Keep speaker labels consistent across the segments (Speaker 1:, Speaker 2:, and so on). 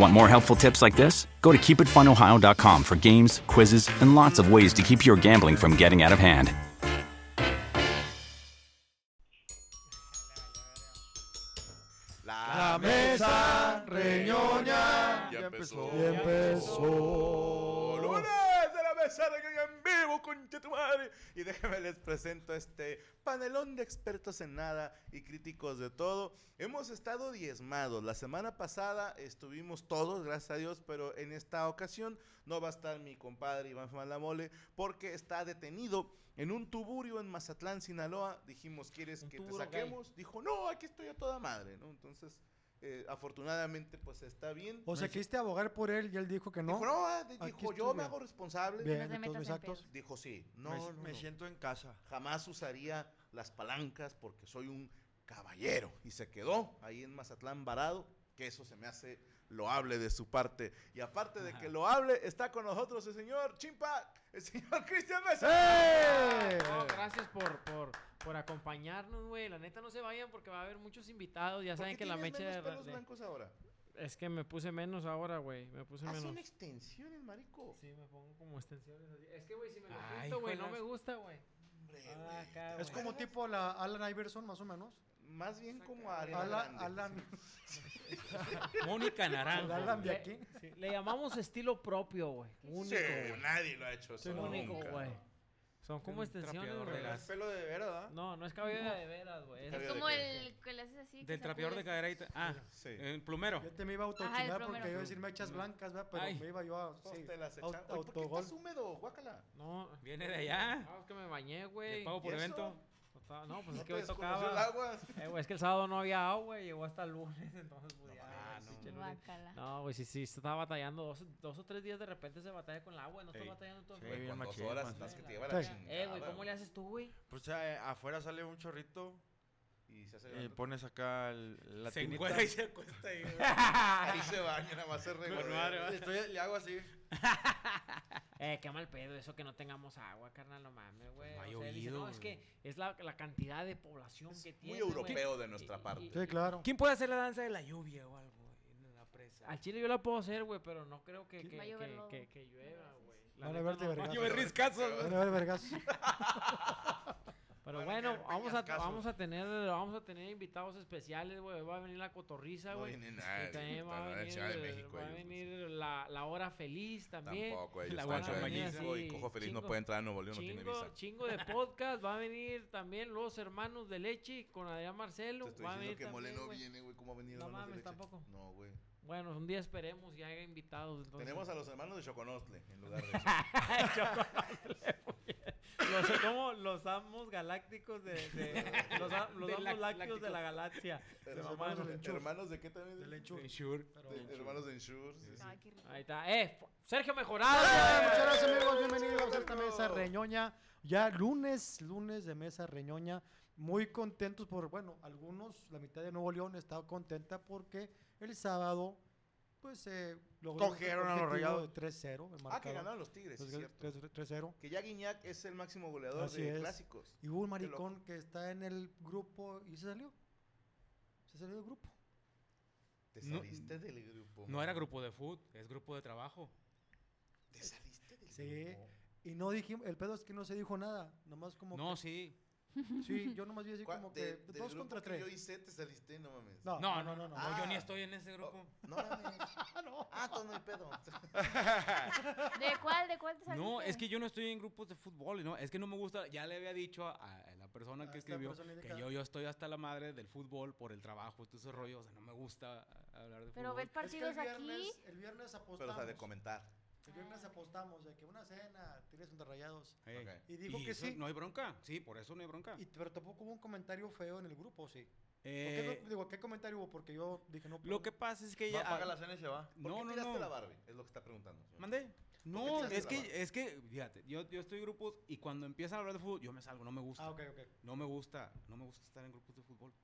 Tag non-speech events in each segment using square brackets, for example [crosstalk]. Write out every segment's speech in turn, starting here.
Speaker 1: Want more helpful tips like this? Go to keepitfunohio.com for games, quizzes, and lots of ways to keep your gambling from getting out of hand.
Speaker 2: La mesa reñoña ya empezó. Ya empezó. Lunes de la mesa reñoña en vivo, concha tu madre. Y déjenme les presento este panelón de expertos en nada y críticos de todo. Hemos estado diezmados. La semana pasada estuvimos todos, gracias a Dios, pero en esta ocasión no va a estar mi compadre Iván Malamole porque está detenido en un tuburio en Mazatlán, Sinaloa. Dijimos, ¿quieres que te saquemos? Dijo, no, aquí estoy a toda madre, ¿no? Entonces, eh, afortunadamente, pues está bien.
Speaker 3: O sea, quisiste abogar por él y él dijo que no.
Speaker 2: Dijo, no, ah, dijo,
Speaker 3: Aquí
Speaker 2: yo
Speaker 3: estoy
Speaker 2: me
Speaker 3: bien".
Speaker 2: hago responsable.
Speaker 3: Bien,
Speaker 4: te
Speaker 3: de todos
Speaker 4: metas
Speaker 3: mis
Speaker 4: en
Speaker 3: actos.
Speaker 2: Dijo, sí, no,
Speaker 3: Me,
Speaker 2: no,
Speaker 3: me
Speaker 2: no.
Speaker 3: siento en casa.
Speaker 2: jamás usaría las palancas porque soy un caballero. Y se quedó ahí en Mazatlán varado, que eso se me hace loable de su parte. Y aparte de que loable, está con nosotros el señor Chimpa, el señor Cristian Mesa.
Speaker 3: ¡Eh!
Speaker 4: No, gracias por, por, por acompañarnos, güey. La neta no se vayan porque va a haber muchos invitados. Ya
Speaker 2: ¿Por
Speaker 4: saben
Speaker 2: qué
Speaker 4: que la
Speaker 2: tienes
Speaker 4: mecha
Speaker 2: menos
Speaker 4: de,
Speaker 2: pelos
Speaker 4: de-
Speaker 2: blancos ahora?
Speaker 4: Es que me puse menos ahora, güey. Me puse
Speaker 2: Haz
Speaker 4: menos.
Speaker 2: una extensión, el marico.
Speaker 4: Sí, me pongo como extensiones así. Es que, güey, si me lo
Speaker 3: Ay,
Speaker 4: pinto, güey, no
Speaker 3: jolas.
Speaker 4: me gusta, güey.
Speaker 2: Hombre,
Speaker 4: Ah,
Speaker 2: güey.
Speaker 4: acá,
Speaker 3: Es
Speaker 4: güey.
Speaker 3: como tipo la Alan Iverson, más o menos.
Speaker 2: Más bien como a Ariana
Speaker 3: Alan,
Speaker 2: Grande.
Speaker 3: Alan,
Speaker 4: [laughs] Pues,
Speaker 5: Mónica
Speaker 3: el
Speaker 5: Naranjo.
Speaker 3: Alan de
Speaker 4: Le-
Speaker 3: aquí.
Speaker 4: sí, le llamamos estilo propio, güey. Único,
Speaker 2: Sí,
Speaker 4: güey.
Speaker 2: nadie lo ha hecho eso.
Speaker 3: no,
Speaker 4: Único,
Speaker 2: nunca.
Speaker 4: güey. Son como
Speaker 5: Un
Speaker 4: extensiones,
Speaker 5: trapeador de
Speaker 4: güey.
Speaker 5: gas.
Speaker 2: pelo de verdad.
Speaker 4: No, no es cabello de veras, güey. Es-
Speaker 2: Cabello
Speaker 6: Es
Speaker 2: de
Speaker 6: Pues como
Speaker 2: qué?
Speaker 6: el que le haces así. que
Speaker 5: Del
Speaker 6: sacudes.
Speaker 5: trapeador
Speaker 4: pues.
Speaker 5: de cadera. y tra- Ah,
Speaker 2: Sí.
Speaker 5: el plumero.
Speaker 3: Yo te me iba a
Speaker 6: Ajá, el
Speaker 3: autochinar porque
Speaker 6: plomero.
Speaker 3: iba a decir mechas blancas, ¿verdad? Pero
Speaker 5: Ay.
Speaker 3: me iba yo a.
Speaker 2: Todos
Speaker 3: Sí,
Speaker 2: Pues te las
Speaker 3: aut-
Speaker 2: echaban. Oye, ¿por qué
Speaker 3: autogol.
Speaker 2: estás húmedo? Guácala.
Speaker 4: No.
Speaker 5: Viene de allá.
Speaker 4: Ah, es que me bañé, güey.
Speaker 5: Le pago por
Speaker 2: ¿Y eso?
Speaker 5: evento.
Speaker 4: No estaba- No, pues
Speaker 2: No
Speaker 4: es que
Speaker 2: te
Speaker 4: hoy
Speaker 2: desconoció
Speaker 4: tocaba.
Speaker 2: el agua.
Speaker 4: Eh, güey, es que el sábado no había agua, güey, llegó hasta el lunes, [laughs] entonces, pues, ya,
Speaker 2: ah,
Speaker 4: güey,
Speaker 2: no.
Speaker 4: pinche lunes.
Speaker 6: Guácala.
Speaker 4: No, güey, sí, sí, se estaba batallando dos, dos o tres días de repente se batalla con el agua, no está
Speaker 2: Ey.
Speaker 4: batallando todo el
Speaker 5: Sí,
Speaker 4: tiempo.
Speaker 5: bien
Speaker 2: Güey, con dos
Speaker 5: machín,
Speaker 2: horas
Speaker 5: machín.
Speaker 2: estás que te lleva la
Speaker 3: Sí.
Speaker 2: chingada,
Speaker 4: Eh, güey, ¿cómo le haces tú,
Speaker 2: [laughs]
Speaker 4: güey?
Speaker 7: Pues o sea, eh, afuera sale un chorrito
Speaker 2: Y se hace
Speaker 7: y
Speaker 2: grande.
Speaker 7: pones acá el- la
Speaker 5: Se
Speaker 7: tinita.
Speaker 5: encuentra y se acuesta ahí. güey.
Speaker 2: Ahí se baña, nada más se regodea.
Speaker 7: Le estoy- le hago así.
Speaker 4: Eh, qué mal pedo eso que no tengamos agua, carnal, no mames, güey.
Speaker 2: Pues
Speaker 5: no ha
Speaker 4: o sea, él dice,
Speaker 5: llovido,
Speaker 4: no, es que es la, la cantidad de población que tiene,
Speaker 2: Muy
Speaker 4: güey".
Speaker 2: europeo de
Speaker 4: Y-
Speaker 2: nuestra
Speaker 4: y-
Speaker 2: parte.
Speaker 3: Sí,
Speaker 5: [laughs]
Speaker 3: claro.
Speaker 5: ¿Quién puede hacer la danza de la lluvia o algo en la presa?
Speaker 4: Al chile yo la puedo hacer, güey, pero no creo que, que,
Speaker 6: Va a llover
Speaker 4: que-
Speaker 6: lodo.
Speaker 4: que- que llueva, güey. La
Speaker 3: Van a
Speaker 4: neta,
Speaker 3: verte
Speaker 4: no.
Speaker 3: vergas.
Speaker 5: Yo me riscazo.
Speaker 3: Van a ver, vergas.
Speaker 4: Pero
Speaker 2: Van a
Speaker 4: bueno,
Speaker 2: caer
Speaker 4: vamos a,
Speaker 2: peñascazos.
Speaker 4: vamos a tener vamos a tener invitados especiales, güey. Va a venir la cotorriza,
Speaker 2: No
Speaker 4: güey.
Speaker 2: viene
Speaker 4: Y
Speaker 2: nadie.
Speaker 4: Este también
Speaker 2: no
Speaker 4: va a
Speaker 2: en
Speaker 4: venir,
Speaker 2: Ciudad de
Speaker 4: eh,
Speaker 2: México.
Speaker 4: va a
Speaker 2: ellos, pues.
Speaker 4: venir la, la hora feliz también.
Speaker 2: Tampoco, ellos
Speaker 4: la
Speaker 2: están en Ciudad de
Speaker 5: guacamaya,
Speaker 2: México y
Speaker 4: sí,
Speaker 2: Cojo Feliz no
Speaker 4: chingo.
Speaker 2: puede entrar a Nuevo León, no tiene
Speaker 4: Chingo,
Speaker 2: visa.
Speaker 4: chingo de podcast. Va a venir también los hermanos de leche con Adrián Marcelo.
Speaker 2: Te estoy
Speaker 4: va a
Speaker 2: diciendo
Speaker 4: venir
Speaker 2: que
Speaker 4: también,
Speaker 2: Mole no
Speaker 4: güey.
Speaker 2: viene, güey. ¿Cómo ha venido?
Speaker 4: No
Speaker 2: Hermanos de Leche?
Speaker 4: mames, tampoco.
Speaker 2: No, güey.
Speaker 4: Bueno, un día esperemos y haya invitados. entonces.
Speaker 2: Tenemos a
Speaker 4: [laughs]
Speaker 2: los hermanos de Choconostle en lugar de.
Speaker 4: los, ¿cómo? los amos galácticos de, de- los, a- los
Speaker 5: De
Speaker 4: amos
Speaker 5: lácticos.
Speaker 4: lácteos de la galaxia.
Speaker 3: hermanos del Enchur.
Speaker 2: ¿Hermanos de qué también?
Speaker 3: Del Enchur.
Speaker 5: Sure.
Speaker 3: Pero-
Speaker 2: De- Hermanos de Ensure. sí, sí.
Speaker 6: Ay, qué rico.
Speaker 4: Ahí está. Eh, F- Sergio Mejorado.
Speaker 3: Ah,
Speaker 5: ¡Eh!
Speaker 3: Muchas
Speaker 4: güey.
Speaker 3: gracias amigos, bienvenidos a esta mesa reñoña. Ya lunes, lunes de mesa reñoña. Muy contentos por, bueno, algunos, la mitad de Nuevo León está contenta porque el sábado pues eh, logró un
Speaker 7: Cogieron a los
Speaker 3: objetivo
Speaker 7: Rayados.
Speaker 3: de 3-0. el
Speaker 2: Ah, que
Speaker 3: marcador.
Speaker 2: ganaron los Tigres,
Speaker 7: Pues
Speaker 2: es
Speaker 3: Los
Speaker 2: cierto.
Speaker 3: tres- tres- 3-0.
Speaker 2: Que ya Guiñac es el máximo goleador
Speaker 3: Así
Speaker 2: de
Speaker 3: es.
Speaker 2: clásicos.
Speaker 3: Y hubo un
Speaker 2: Qué loco.
Speaker 3: maricón que está en el grupo y se salió. Se salió del grupo.
Speaker 2: Te
Speaker 5: No-
Speaker 2: saliste del grupo.
Speaker 5: No era grupo de food, es grupo de trabajo.
Speaker 2: Te saliste del
Speaker 3: Sí.
Speaker 2: grupo.
Speaker 3: Y no dijimos, el pedo es que no se dijo nada. Nomás como.
Speaker 5: No, sí.
Speaker 3: que- sí, yo nomás vi así
Speaker 2: ¿Cuál-
Speaker 3: como
Speaker 2: de-
Speaker 3: que.
Speaker 2: del
Speaker 3: dos
Speaker 2: grupo
Speaker 3: contra
Speaker 2: que Yo
Speaker 3: tres.
Speaker 2: hice, te saliste, no mames.
Speaker 3: No,
Speaker 5: No, no, no, no.
Speaker 2: no.
Speaker 5: Yo ni
Speaker 2: Ah.
Speaker 5: estoy en ese grupo.
Speaker 2: No mames. Ah, entonces no hay pedo.
Speaker 6: ¿De cuál? ¿De cuál te saliste?
Speaker 5: No, es que yo no estoy en grupos de fútbol, ¿no? Es que no me gusta, ya le había dicho a, a Ah, la persona
Speaker 3: A
Speaker 5: que
Speaker 3: esta
Speaker 5: escribió
Speaker 3: persona
Speaker 5: que
Speaker 3: indicada.
Speaker 5: yo, yo estoy hasta la madre del fútbol por el trabajo, todo ese rollo, o sea, no me gusta ah, hablar de
Speaker 6: Pero
Speaker 5: fútbol.
Speaker 6: ves partidos
Speaker 3: el
Speaker 6: aquí.
Speaker 3: viernes, el viernes apostamos.
Speaker 2: [laughs] Pero, o sea, de comentar.
Speaker 3: El viernes apostamos de que una cena, tienes contra rayados.
Speaker 5: Ey.
Speaker 2: Ok.
Speaker 3: Y dijo
Speaker 5: Y
Speaker 3: que
Speaker 5: eso
Speaker 3: sí.
Speaker 5: No hay bronca, sí, por eso no hay bronca.
Speaker 3: y- pero tampoco hubo un comentario feo en el grupo, sí. ¿O qué
Speaker 5: Eh,
Speaker 3: co- digo, ¿qué comentario hubo? Porque yo dije, no.
Speaker 5: lo que
Speaker 3: pero-
Speaker 5: pasa es que
Speaker 7: Va,
Speaker 5: ella... ah,
Speaker 7: paga la cena y se va.
Speaker 2: ¿Por
Speaker 5: No,
Speaker 2: qué
Speaker 5: no,
Speaker 2: tiraste
Speaker 5: no.
Speaker 2: la Barbie? Es lo que está preguntando. señor.
Speaker 5: ¿Mandé?
Speaker 2: te
Speaker 5: No,
Speaker 2: sales
Speaker 5: es
Speaker 2: de la barra?
Speaker 5: que, es que, fíjate, yo, yo estoy en grupos y cuando empiezan a hablar de fútbol, yo me salgo, no me gusta.
Speaker 3: Ah, ok, ok.
Speaker 5: No me gusta, no me gusta estar en grupos de fútbol.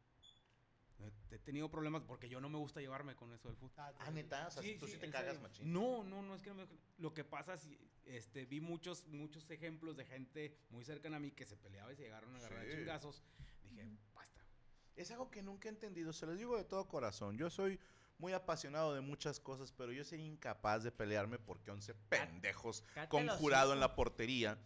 Speaker 5: Eh, He- He tenido problemas porque yo no me gusta llevarme con eso del fútbol.
Speaker 3: Ah,
Speaker 2: Ah, neta, o sea,
Speaker 5: Sí,
Speaker 2: tú sí
Speaker 5: sí,
Speaker 2: te
Speaker 5: en
Speaker 2: cagas,
Speaker 5: serio.
Speaker 2: machín.
Speaker 5: No, no, no es que no me. Lo que pasa es, este, vi muchos, muchos ejemplos de gente muy cercana a mí que se peleaba y se llegaron a agarrar a
Speaker 2: Sí.
Speaker 5: chingazos. Dije, basta.
Speaker 2: Es algo que nunca he entendido, se lo digo de todo corazón. Yo soy muy apasionado de muchas cosas, pero yo sería incapaz de pelearme porque 11 pendejos con jurado en la portería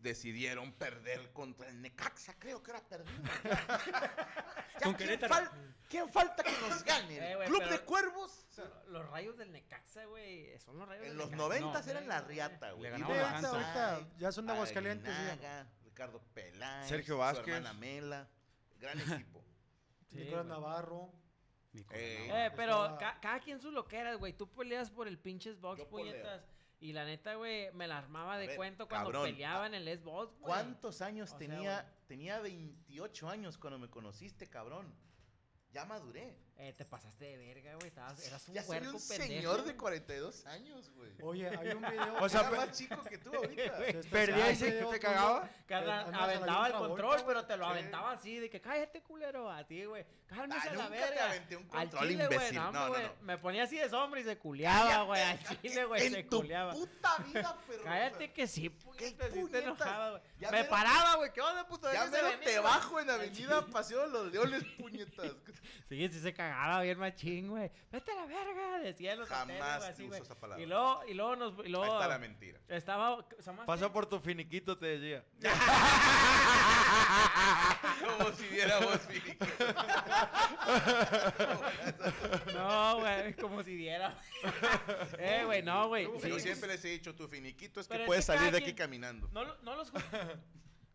Speaker 2: decidieron perder contra el Necaxa. Creo que ahora perdimos. Ya,
Speaker 5: Con
Speaker 2: ¿quién,
Speaker 5: Querétaro.
Speaker 2: fal- quién falta que nos gane? ¿El
Speaker 4: Eh, güey,
Speaker 2: ¿Club
Speaker 4: pero-
Speaker 2: de Cuervos?
Speaker 4: Los rayos del Necaxa, güey, son los rayos
Speaker 2: En
Speaker 4: del
Speaker 2: los
Speaker 4: Necaxa.
Speaker 2: 90
Speaker 4: No, eh,
Speaker 2: eran la riata, güey.
Speaker 5: Le
Speaker 3: Y
Speaker 5: ganamos
Speaker 3: de
Speaker 5: la
Speaker 3: ahorita,
Speaker 5: Hansa.
Speaker 3: ahorita, ya son de Aguascalientes. sí, ya.
Speaker 2: Aguinaga, Ricardo Peláez,
Speaker 7: Sergio
Speaker 2: su
Speaker 7: Vázquez.
Speaker 2: hermana Mela. Gran equipo.
Speaker 4: Sí,
Speaker 3: Nicolás
Speaker 4: güey.
Speaker 3: Navarro.
Speaker 5: Ni con
Speaker 2: Ey.
Speaker 5: nada.
Speaker 4: Eh, pero
Speaker 3: Estaba-
Speaker 4: ca- cada quien sus loqueras, güey. Tú peleas por el pinches box,
Speaker 2: Yo poleo.
Speaker 4: puñetas. Y la neta, güey, me la armaba de
Speaker 2: ver,
Speaker 4: cuento cuando
Speaker 2: cabrón,
Speaker 4: peleaban en el Xbox, güey.
Speaker 2: ¿Cuántos años
Speaker 4: O sea,
Speaker 2: tenía? tenía 28 años cuando me conociste, cabrón. Ya maduré.
Speaker 4: Eh, te pasaste de verga, güey. Estabas, eras un
Speaker 2: Ya soy
Speaker 4: huerco
Speaker 2: un
Speaker 4: pendejo.
Speaker 2: señor de 42 años, güey.
Speaker 3: Oye, hay un video.
Speaker 7: [laughs] O sea,
Speaker 2: Era
Speaker 7: pe-
Speaker 2: más chico que tú
Speaker 4: [laughs]
Speaker 2: ahorita.
Speaker 3: Se está-
Speaker 7: [laughs] Perdí
Speaker 3: hay
Speaker 7: ahí,
Speaker 3: un
Speaker 7: ¿se-
Speaker 3: video
Speaker 7: te
Speaker 3: tuyo
Speaker 7: cagaba?
Speaker 3: que
Speaker 4: Carnal,
Speaker 3: andas a la
Speaker 4: aventaba el
Speaker 3: John Travolta,
Speaker 4: control, pero te lo
Speaker 2: Sí.
Speaker 4: aventaba así, de que cállate, culero, a ti, güey. Cálmese
Speaker 2: Ah,
Speaker 4: a la
Speaker 2: nunca te
Speaker 4: verga.
Speaker 2: aventé un
Speaker 4: al
Speaker 2: control,
Speaker 4: chile, güey,
Speaker 2: imbécil.
Speaker 4: no, hombre,
Speaker 2: No, no,
Speaker 4: güey,
Speaker 2: no.
Speaker 4: Me ponía así de sombra y se culeaba, güey. Al chile, güey, se
Speaker 2: en tu
Speaker 4: culeaba.
Speaker 2: puta
Speaker 4: [laughs]
Speaker 2: vida, perro.
Speaker 4: Cállate que sí, puñetas, sí te
Speaker 2: puñetas?
Speaker 4: enojaba, güey.
Speaker 2: Ya
Speaker 4: Me
Speaker 2: mero-
Speaker 4: paraba, güey. ¿Qué onda, puto?
Speaker 2: Ya
Speaker 4: Déjese de
Speaker 2: me
Speaker 4: mí,
Speaker 2: te
Speaker 4: güey.
Speaker 2: bajo en Avenida Paseo de los Leones,
Speaker 4: [laughs]
Speaker 2: puñetas.
Speaker 4: Sí, sí se cagaba bien machín, güey. Vete a la verga, decía los
Speaker 2: Jamás
Speaker 4: hoteles, güey,
Speaker 2: te
Speaker 4: así,
Speaker 2: uso
Speaker 4: güey.
Speaker 2: esa palabra.
Speaker 4: Y luego, y luego nos... Y
Speaker 2: Ahí
Speaker 4: luego
Speaker 2: está la mentira.
Speaker 4: estaba... ¿se llama
Speaker 2: [laughs]
Speaker 7: Pasa
Speaker 4: así?
Speaker 7: por tu finiquito, te decía.
Speaker 2: Como si
Speaker 4: [laughs]
Speaker 2: viéramos Phoenix.
Speaker 4: No, güey, como si
Speaker 2: [laughs]
Speaker 4: diera. eh, güey, no, güey. sí,
Speaker 2: Yo
Speaker 4: güey.
Speaker 2: siempre les he dicho, tu finiquito es que
Speaker 4: Pero es
Speaker 2: puedes
Speaker 4: que cada
Speaker 2: salir de aquí
Speaker 4: quien-
Speaker 2: caminando.
Speaker 4: No, lo- no
Speaker 5: [laughs]
Speaker 4: los ju-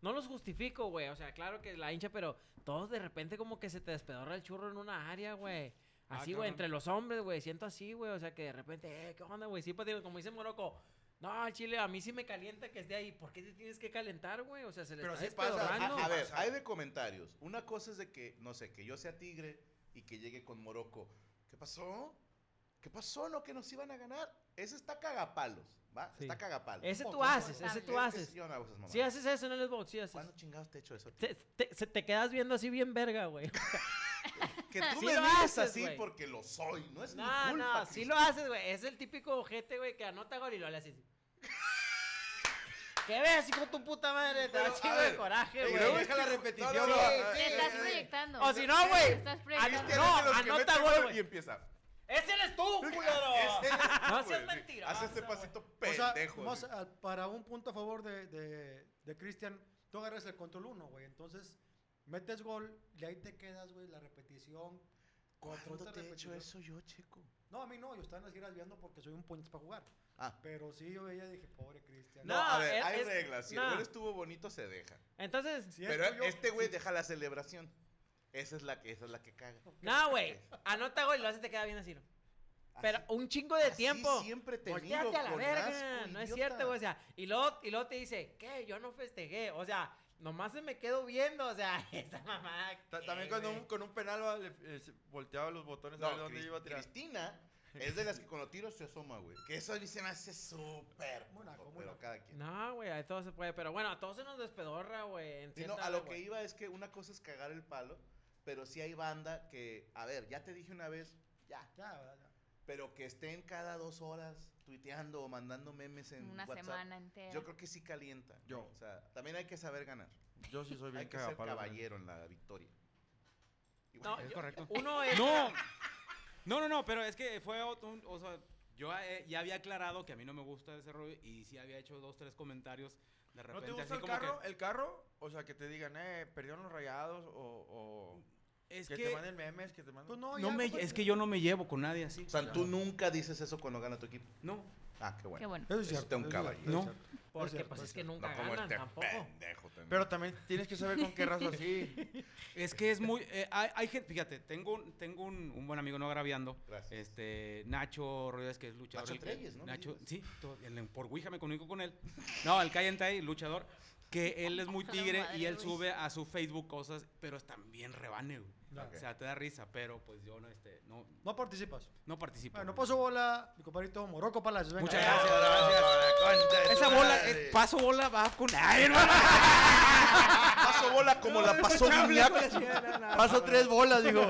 Speaker 4: no los justifico, güey. O sea, claro que la hincha, pero todos de repente como que se te despedorra el churro en una área, güey.
Speaker 5: Ah,
Speaker 4: Así,
Speaker 5: cabrón.
Speaker 4: güey, entre los hombres, güey. Siento así, güey. O sea, que de repente, eh, ¿qué onda, güey? Sí, pues, digo, como dice Moroco. No, al Chile, a mí sí me calienta que esté ahí. ¿Por qué te tienes que calentar, güey? O sea, se le
Speaker 7: Pero
Speaker 4: está
Speaker 7: sí pasa,
Speaker 2: A-
Speaker 4: despedorrando.
Speaker 2: A, ver,
Speaker 7: Pasa.
Speaker 2: hay de comentarios. Una cosa es de que, no sé, que yo sea tigre y que llegue con Morocco. ¿Qué pasó? ¿Qué pasó? No, que nos iban a ganar. Ese está cagapalos, ¿va?
Speaker 4: Sí.
Speaker 2: Está cagapalos.
Speaker 4: Ese tú
Speaker 2: Poco,
Speaker 4: haces,
Speaker 2: ¿no?
Speaker 4: ese tú
Speaker 2: Ese-
Speaker 4: haces.
Speaker 2: Yo no hago esas mamadas.
Speaker 4: Sí haces eso en el Xbox, sí haces.
Speaker 2: ¿Cuándo chingados te he hecho eso? tío?
Speaker 4: Te, te- se te quedas viendo así bien verga, güey.
Speaker 2: Que tú
Speaker 4: Sí
Speaker 2: me
Speaker 4: lo
Speaker 2: digas
Speaker 4: haces,
Speaker 2: así
Speaker 4: güey.
Speaker 2: porque lo soy. No es mi
Speaker 4: No,
Speaker 2: culpa.
Speaker 4: no, sí lo haces, güey. Es el típico ojete, güey, que anota gol y lo le haces. ¿Qué ves? Así como tu puta madre. Te da
Speaker 2: Pero,
Speaker 4: chido
Speaker 2: a ver,
Speaker 4: de coraje,
Speaker 2: ey,
Speaker 4: güey.
Speaker 2: luego-
Speaker 7: Deja la
Speaker 2: no, no,
Speaker 7: repetición.
Speaker 2: no,
Speaker 7: va.
Speaker 2: no,
Speaker 6: Te
Speaker 2: eh,
Speaker 6: estás
Speaker 2: eh,
Speaker 6: proyectando.
Speaker 4: O si no, güey.
Speaker 6: Te estás proyectando.
Speaker 2: Cristian es de los que
Speaker 4: anota
Speaker 2: mete
Speaker 4: gol,
Speaker 2: Y
Speaker 4: güey.
Speaker 2: empieza.
Speaker 4: ¡Ese eres tú, culero!
Speaker 2: Es-
Speaker 4: [laughs]
Speaker 2: es-
Speaker 4: No
Speaker 2: güey,
Speaker 4: seas mentira.
Speaker 2: Hace este pasito
Speaker 3: O sea,
Speaker 2: pendejo.
Speaker 3: más,
Speaker 2: güey.
Speaker 3: ah, para un punto a favor de, de, de Cristian, tú agarras el control 1, güey. Entonces, metes gol y ahí te quedas, güey, la repetición. cuatro
Speaker 2: ¿Cuándo te he hecho
Speaker 3: repeticiones.
Speaker 2: eso yo, chico?
Speaker 3: No, a mí no, yo estaba en las giras viendo porque soy un puñet para jugar.
Speaker 2: Ah.
Speaker 3: Pero sí, yo veía y dije, pobre Cristian.
Speaker 2: No,
Speaker 4: No,
Speaker 2: a ver,
Speaker 4: es-
Speaker 2: hay
Speaker 4: es-
Speaker 2: reglas. Si
Speaker 4: no.
Speaker 2: el gol estuvo bonito, se deja.
Speaker 4: Entonces,
Speaker 3: Si
Speaker 2: Pero
Speaker 3: esto yo-
Speaker 2: este güey deja la celebración. Esa es la que, esa es la que caga.
Speaker 4: no, güey. Anota gol y lo haces, te queda bien así. Pero un chingo de
Speaker 2: Así
Speaker 4: tiempo.
Speaker 2: siempre te
Speaker 4: Volteate
Speaker 2: miro
Speaker 4: a la
Speaker 2: con
Speaker 4: verga.
Speaker 2: asco,
Speaker 4: no es
Speaker 2: idiota.
Speaker 4: cierto, güey. O sea, y luego, y luego te dice, ¿qué? Yo no festejé. O sea, nomás se me quedo viendo. O sea, [laughs] esa mamá.
Speaker 7: Ta- También cuando un, con un penal va, le- eh, se- volteaba los botones a
Speaker 2: No,
Speaker 7: ver dónde
Speaker 2: Cris-
Speaker 7: iba a tirar.
Speaker 2: Cristina es de las que cuando tiro se asoma, güey. Que eso a mí se me hace súper.
Speaker 3: Muy naco,
Speaker 2: puto,
Speaker 3: muy
Speaker 2: Pero
Speaker 3: naco.
Speaker 2: cada quien.
Speaker 4: No, güey, a todo se puede. Pero bueno, a todos se nos despedorra, güey. en
Speaker 2: Sí, no,
Speaker 4: cierta
Speaker 2: a
Speaker 4: hora,
Speaker 2: lo que
Speaker 4: güey.
Speaker 2: iba es que una cosa es cagar el palo, pero sí hay banda que, a ver, ya te dije una vez, ya.
Speaker 3: Ya, ya, ya.
Speaker 2: pero que estén cada dos horas tuiteando o mandando memes en
Speaker 6: Una
Speaker 2: WhatsApp,
Speaker 6: semana entera.
Speaker 2: yo creo que sí calienta.
Speaker 7: Yo.
Speaker 2: O sea, también hay que saber ganar.
Speaker 7: Yo sí soy bien
Speaker 2: hay que ser
Speaker 7: cagapalo, güey.
Speaker 2: caballero en la victoria. Y
Speaker 4: No,
Speaker 2: bueno,
Speaker 4: yo-
Speaker 5: correcto.
Speaker 4: Uno es.
Speaker 5: No, no, no, no, pero es que fue otro, un- o sea, yo eh, ya había aclarado que a mí no me gusta ese rollo y sí había hecho dos, tres comentarios de
Speaker 7: ¿No
Speaker 5: repente
Speaker 7: te gusta
Speaker 5: así
Speaker 7: el
Speaker 5: como
Speaker 7: carro?
Speaker 5: que
Speaker 7: ¿El carro? O sea, que te digan, eh, perdieron los rayados o... o
Speaker 5: es
Speaker 7: que,
Speaker 5: que,
Speaker 7: te manden memes, que te manden...
Speaker 3: Pues
Speaker 5: no
Speaker 3: no, ya,
Speaker 5: me,
Speaker 3: compadre.
Speaker 5: es que yo no me llevo con nadie así.
Speaker 2: o sea, tú nunca dices eso cuando gana tu equipo.
Speaker 5: No,
Speaker 2: Ah, qué
Speaker 6: Qué
Speaker 2: bueno.
Speaker 6: bueno.
Speaker 3: Eso
Speaker 2: es cierto, un
Speaker 3: eso
Speaker 2: caballero.
Speaker 3: eso es
Speaker 5: No.
Speaker 3: cierto.
Speaker 4: Porque
Speaker 3: cierto,
Speaker 4: pues
Speaker 3: es
Speaker 4: es que
Speaker 3: cierto.
Speaker 4: nunca
Speaker 2: no como
Speaker 4: ganan
Speaker 2: este
Speaker 4: tampoco. [laughs]
Speaker 2: pendejo también.
Speaker 7: Pero también tienes que saber con qué raza sí.
Speaker 5: es que es muy, eh, hay, hay gente, fíjate, tengo, un- tengo un, un buen amigo no agraviando,
Speaker 2: Gracias.
Speaker 5: este, Nacho Rodríguez que es luchador.
Speaker 2: Nacho
Speaker 5: el que-
Speaker 2: Treyes, ¿no? Me
Speaker 5: Nacho,
Speaker 2: digas.
Speaker 5: sí, to- el- por Ouija me comunico con él. No, el Cayentay, luchador, que él es muy
Speaker 6: La
Speaker 5: tigre y
Speaker 6: madre,
Speaker 5: él
Speaker 6: güey.
Speaker 5: sube a su Facebook cosas, pero es también rebane, güey.
Speaker 3: Ya.
Speaker 5: O sea, te da risa, pero pues yo no, este, no,
Speaker 3: [laughs] No participas.
Speaker 5: no participo.
Speaker 3: Bueno,
Speaker 5: güey.
Speaker 3: paso bola, mi compadrito Moroco Palacios. venga.
Speaker 5: Muchas gracias, gracias. Esa bola, eh, paso bola va con... ¡Ay,
Speaker 2: [laughs]
Speaker 5: hermano!
Speaker 2: Paso bola como la pasó Guiñac.
Speaker 7: Paso tres bolas, digo.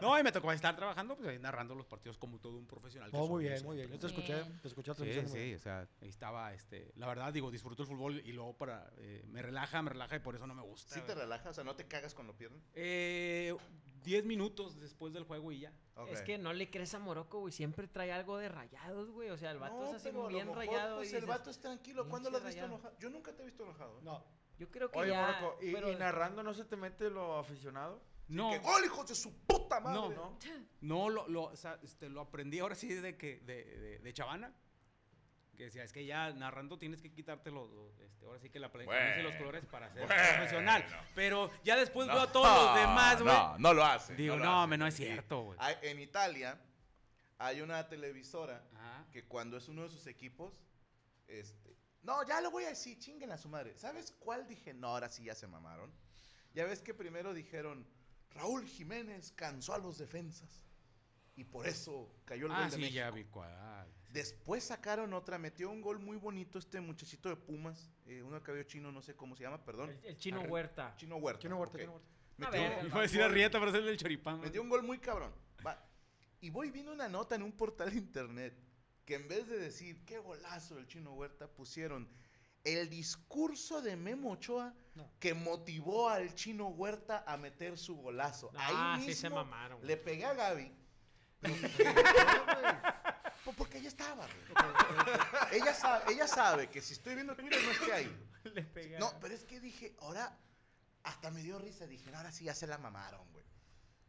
Speaker 5: No, y me tocó estar trabajando, pues ahí narrando los partidos como todo un profesional. que
Speaker 3: Oh,
Speaker 5: soy,
Speaker 3: muy
Speaker 5: o
Speaker 3: bien,
Speaker 5: sea,
Speaker 3: muy bien. Yo te
Speaker 6: Bien.
Speaker 3: escuché, te escuché la
Speaker 5: Sí,
Speaker 3: transmisión, muy
Speaker 5: sí, o sea, ahí estaba, este, la verdad, digo, disfruto el fútbol y luego para, eh, me relaja, me relaja y por eso no me gusta.
Speaker 2: [laughs] Sí te
Speaker 5: güey.
Speaker 2: relajas, o sea, no te cagas cuando pierden.
Speaker 5: Eh, 10 minutos después del juego y ya.
Speaker 2: Ok.
Speaker 4: Es que no le crees a Morocco, güey. Siempre trae algo de rayados, güey. O sea, el vato
Speaker 2: No,
Speaker 4: es así
Speaker 2: pero a lo
Speaker 4: bien
Speaker 2: mejor,
Speaker 4: rayado.
Speaker 2: Pues
Speaker 4: y
Speaker 2: el
Speaker 4: dices,
Speaker 2: vato es tranquilo. ¿Cuándo lo has
Speaker 4: "Pinche
Speaker 2: visto
Speaker 4: rayado".
Speaker 2: enojado? Yo nunca te he visto enojado. ¿eh?
Speaker 3: bien. No,
Speaker 4: Yo creo que
Speaker 7: Oye,
Speaker 4: ya.
Speaker 7: Morco, ¿y,
Speaker 4: pero-
Speaker 7: y narrando no se te mete lo aficionado?
Speaker 5: No,
Speaker 2: ¡Qué gol, hijos de su puta madre!
Speaker 5: no, no, no, lo, lo, o sea, este, lo aprendí ahora sí de que, de, de, de chavana. Que decía, es que ya narrando tienes que quitarte los, los, este, ahora sí que la pla- camisa y los colores para ser profesional. Pero ya después veo a todos los demás, güey.
Speaker 2: No, no lo hace.
Speaker 5: digo,
Speaker 2: lo
Speaker 5: no,
Speaker 2: hace.
Speaker 5: hombre, no es cierto, güey.
Speaker 2: Hay- En Italia hay una televisora
Speaker 5: Ajá.
Speaker 2: que cuando es uno de sus equipos, este, no, ya lo voy a decir, chinguen a su madre. ¿Sabes cuál dije? No, ahora sí ya se mamaron. Ya ves que primero dijeron, Raúl Jiménez cansó a los defensas y por eso cayó el
Speaker 5: Ah,
Speaker 2: gol de
Speaker 5: sí,
Speaker 2: México.
Speaker 5: ya vi cuál.
Speaker 2: Después sacaron otra, metió un gol muy bonito este muchachito de Pumas, eh, uno de cabello chino, no sé cómo se llama, perdón.
Speaker 4: El, el chino
Speaker 5: Arre-
Speaker 4: Huerta.
Speaker 2: Chino Huerta.
Speaker 3: ¿quién no huerta?
Speaker 2: ok.
Speaker 3: ¿Quién no huerta?
Speaker 2: Metió
Speaker 4: verga,
Speaker 2: un-
Speaker 4: el
Speaker 5: Iba a decir a Rieta, pero es el del choripán. güey.
Speaker 2: Metió un gol muy cabrón. Va. Y voy viendo una nota en un portal de internet que en vez de decir qué golazo el chino Huerta, pusieron el discurso de Memo Ochoa
Speaker 3: No.
Speaker 2: que motivó al chino Huerta a meter su golazo.
Speaker 4: Ah,
Speaker 2: Ahí
Speaker 4: sí se
Speaker 2: mismo
Speaker 4: mamaron, güey.
Speaker 2: Le pegué a Gaby. y dije, "Pues Porque ella estaba, güey". ella, sabe, ella sabe que si estoy viendo Twitter no esté ahí.
Speaker 4: Le pega.
Speaker 2: No, pero es que dije, ahora hasta me dio risa. Dije, "No, ahora sí ya se la mamaron, güey.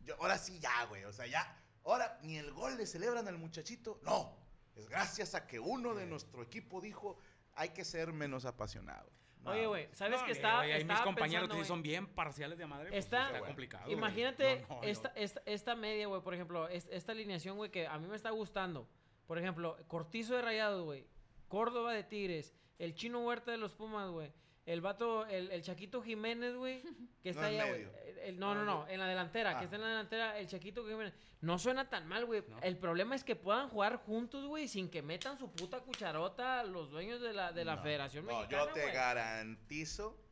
Speaker 2: Yo, ahora sí ya, güey. O sea, ya. Ahora ni el gol le celebran al muchachito. No. Es gracias a que uno de nuestro equipo dijo, hay que ser menos apasionado. No,
Speaker 4: Oye, güey, ¿sabes
Speaker 5: No,
Speaker 4: que
Speaker 5: eh,
Speaker 4: estaba,
Speaker 5: güey, ahí
Speaker 4: estaba
Speaker 5: mis compañeros
Speaker 4: pensando,
Speaker 5: sí son
Speaker 4: güey?
Speaker 5: bien parciales de madre. pues,
Speaker 4: Está-
Speaker 5: está complicado. güey.
Speaker 4: Imagínate
Speaker 5: No, no, no.
Speaker 4: esta, esta, esta media, güey, por ejemplo, es- esta alineación, güey, que a mí me está gustando. Por ejemplo, Cortizo de Rayados, güey, Córdoba de Tigres, el Chino Huerta de los Pumas, güey, el vato, el, el Chaquito Jiménez, güey,
Speaker 2: [laughs] No
Speaker 4: que está
Speaker 2: en
Speaker 4: allá, güey.
Speaker 2: medio.
Speaker 4: El- el- No, no, no, en la delantera,
Speaker 2: Ah.
Speaker 4: que está en la delantera, el Chaquito Jiménez. No suena tan mal, güey.
Speaker 5: No.
Speaker 4: El problema es que puedan jugar juntos, güey, sin que metan su puta cucharota los dueños de la, de la Federación
Speaker 2: No,
Speaker 4: Mexicana,
Speaker 2: yo te
Speaker 4: güey.
Speaker 2: garantizo